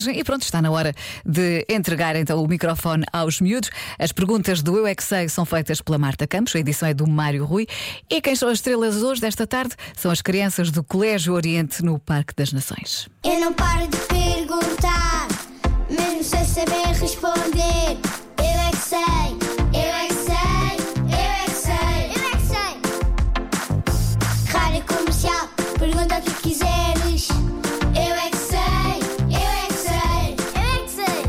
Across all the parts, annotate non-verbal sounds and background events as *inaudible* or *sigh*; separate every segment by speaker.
Speaker 1: mensagem. E pronto, está na hora de entregar então o microfone aos miúdos. As perguntas do Eu é que Sei são feitas pela Marta Campos, a edição é do Mário Rui. E quem são as estrelas hoje, desta tarde, são as crianças do Colégio Oriente no Parque das Nações.
Speaker 2: Eu não paro de perguntar, mesmo sem saber responder. Eu é que sei, eu é que sei, eu é que sei, eu é que sei. Rádio comercial, pergunta o que quiseres. Eu é que sei, eu é que sei, eu é que sei.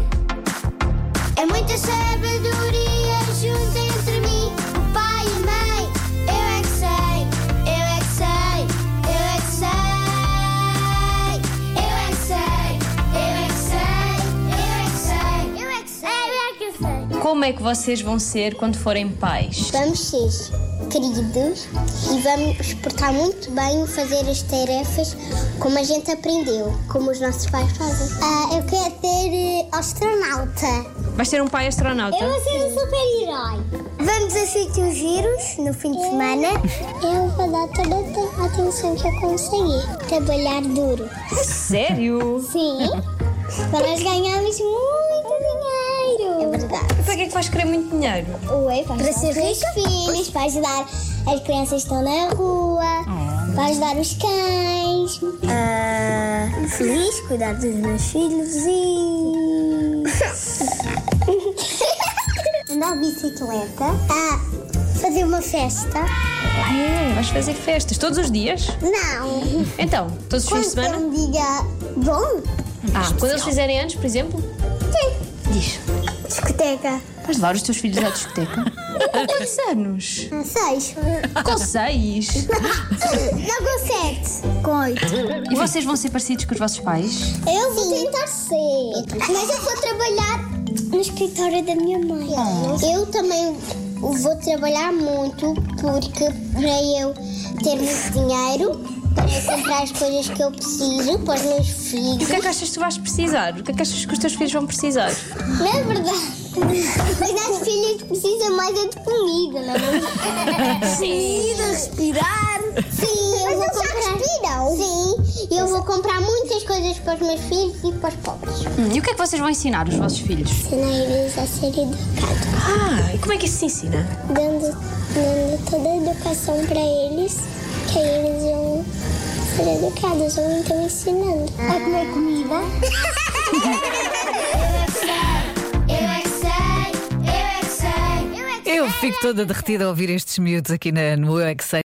Speaker 2: É muita sabedoria junto entre mim, o pai e a mãe. Eu é que sei, eu é que sei, eu é que sei. Eu é que sei, eu é que sei, eu é que sei, eu é que sei, eu é que sei.
Speaker 3: Como é que vocês vão ser quando forem pais?
Speaker 2: Vamos ser queridos e vamos portar muito bem fazer as tarefas como a gente aprendeu, como os nossos pais fazem. Ah, eu quero ser astronauta.
Speaker 3: Vais ser um pai astronauta?
Speaker 2: Eu vou ser um super-herói. Vamos a sítios giros no fim de semana. Eu vou dar toda a atenção que eu conseguir. Trabalhar duro.
Speaker 3: É, Sério?
Speaker 2: *laughs* Sim. Para nós ganharmos muito dinheiro. É verdade.
Speaker 3: E *laughs* para que é que vais querer muito dinheiro?
Speaker 2: para ser rico. filhos, para ajudar as crianças que estão na rua, para ajudar os cães. Ah, feliz, cuidar dos meus filhos e. *laughs* Andar de bicicleta. Ah, fazer uma festa.
Speaker 3: Ah, é, vais fazer festas todos os dias?
Speaker 2: Não.
Speaker 3: Então, todos os fins de semana?
Speaker 2: me diga bom,
Speaker 3: Ah, quando eles fizerem anos, por exemplo?
Speaker 2: Sim.
Speaker 3: Diz.
Speaker 2: discoteca.
Speaker 3: Vais levar os teus filhos à discoteca? Com *laughs* quantos anos?
Speaker 2: Ah, *laughs* Seis.
Speaker 3: Com seis.
Speaker 2: Não com sete. Com oito.
Speaker 3: E vocês vão ser parecidos com os vossos pais?
Speaker 2: Eu vou tentar ser. Mas eu vou trabalhar no escritório da minha mãe. Eu também vou trabalhar muito porque para eu ter muito dinheiro, para eu comprar as coisas que eu preciso para os meus
Speaker 3: E o
Speaker 2: filhos.
Speaker 3: que é que achas que tu vais precisar? O que é que achas que os teus filhos vão precisar?
Speaker 2: Não é verdade? Os nossos filhos precisam mais é de comida, não é? Comida, respirar. Sim, eu vou comprar. Sim, eu vou comprar muitas coisas para os meus filhos e para os pobres.
Speaker 3: Hum, E o que é que vocês vão ensinar os vossos filhos?
Speaker 2: Ensinar-lhes a ser educados,
Speaker 3: Ah, e como é que isso se ensina?
Speaker 2: dando, dando toda a educação para eles, que aí eles vão ser educados, vão então ensinando. A comer *laughs* comida. é Eu é que sei, eu é que sei, eu é que sei, eu é que sei.
Speaker 1: Eu fico toda derretida a ouvir estes miúdos aqui na, no Eu é que Sei.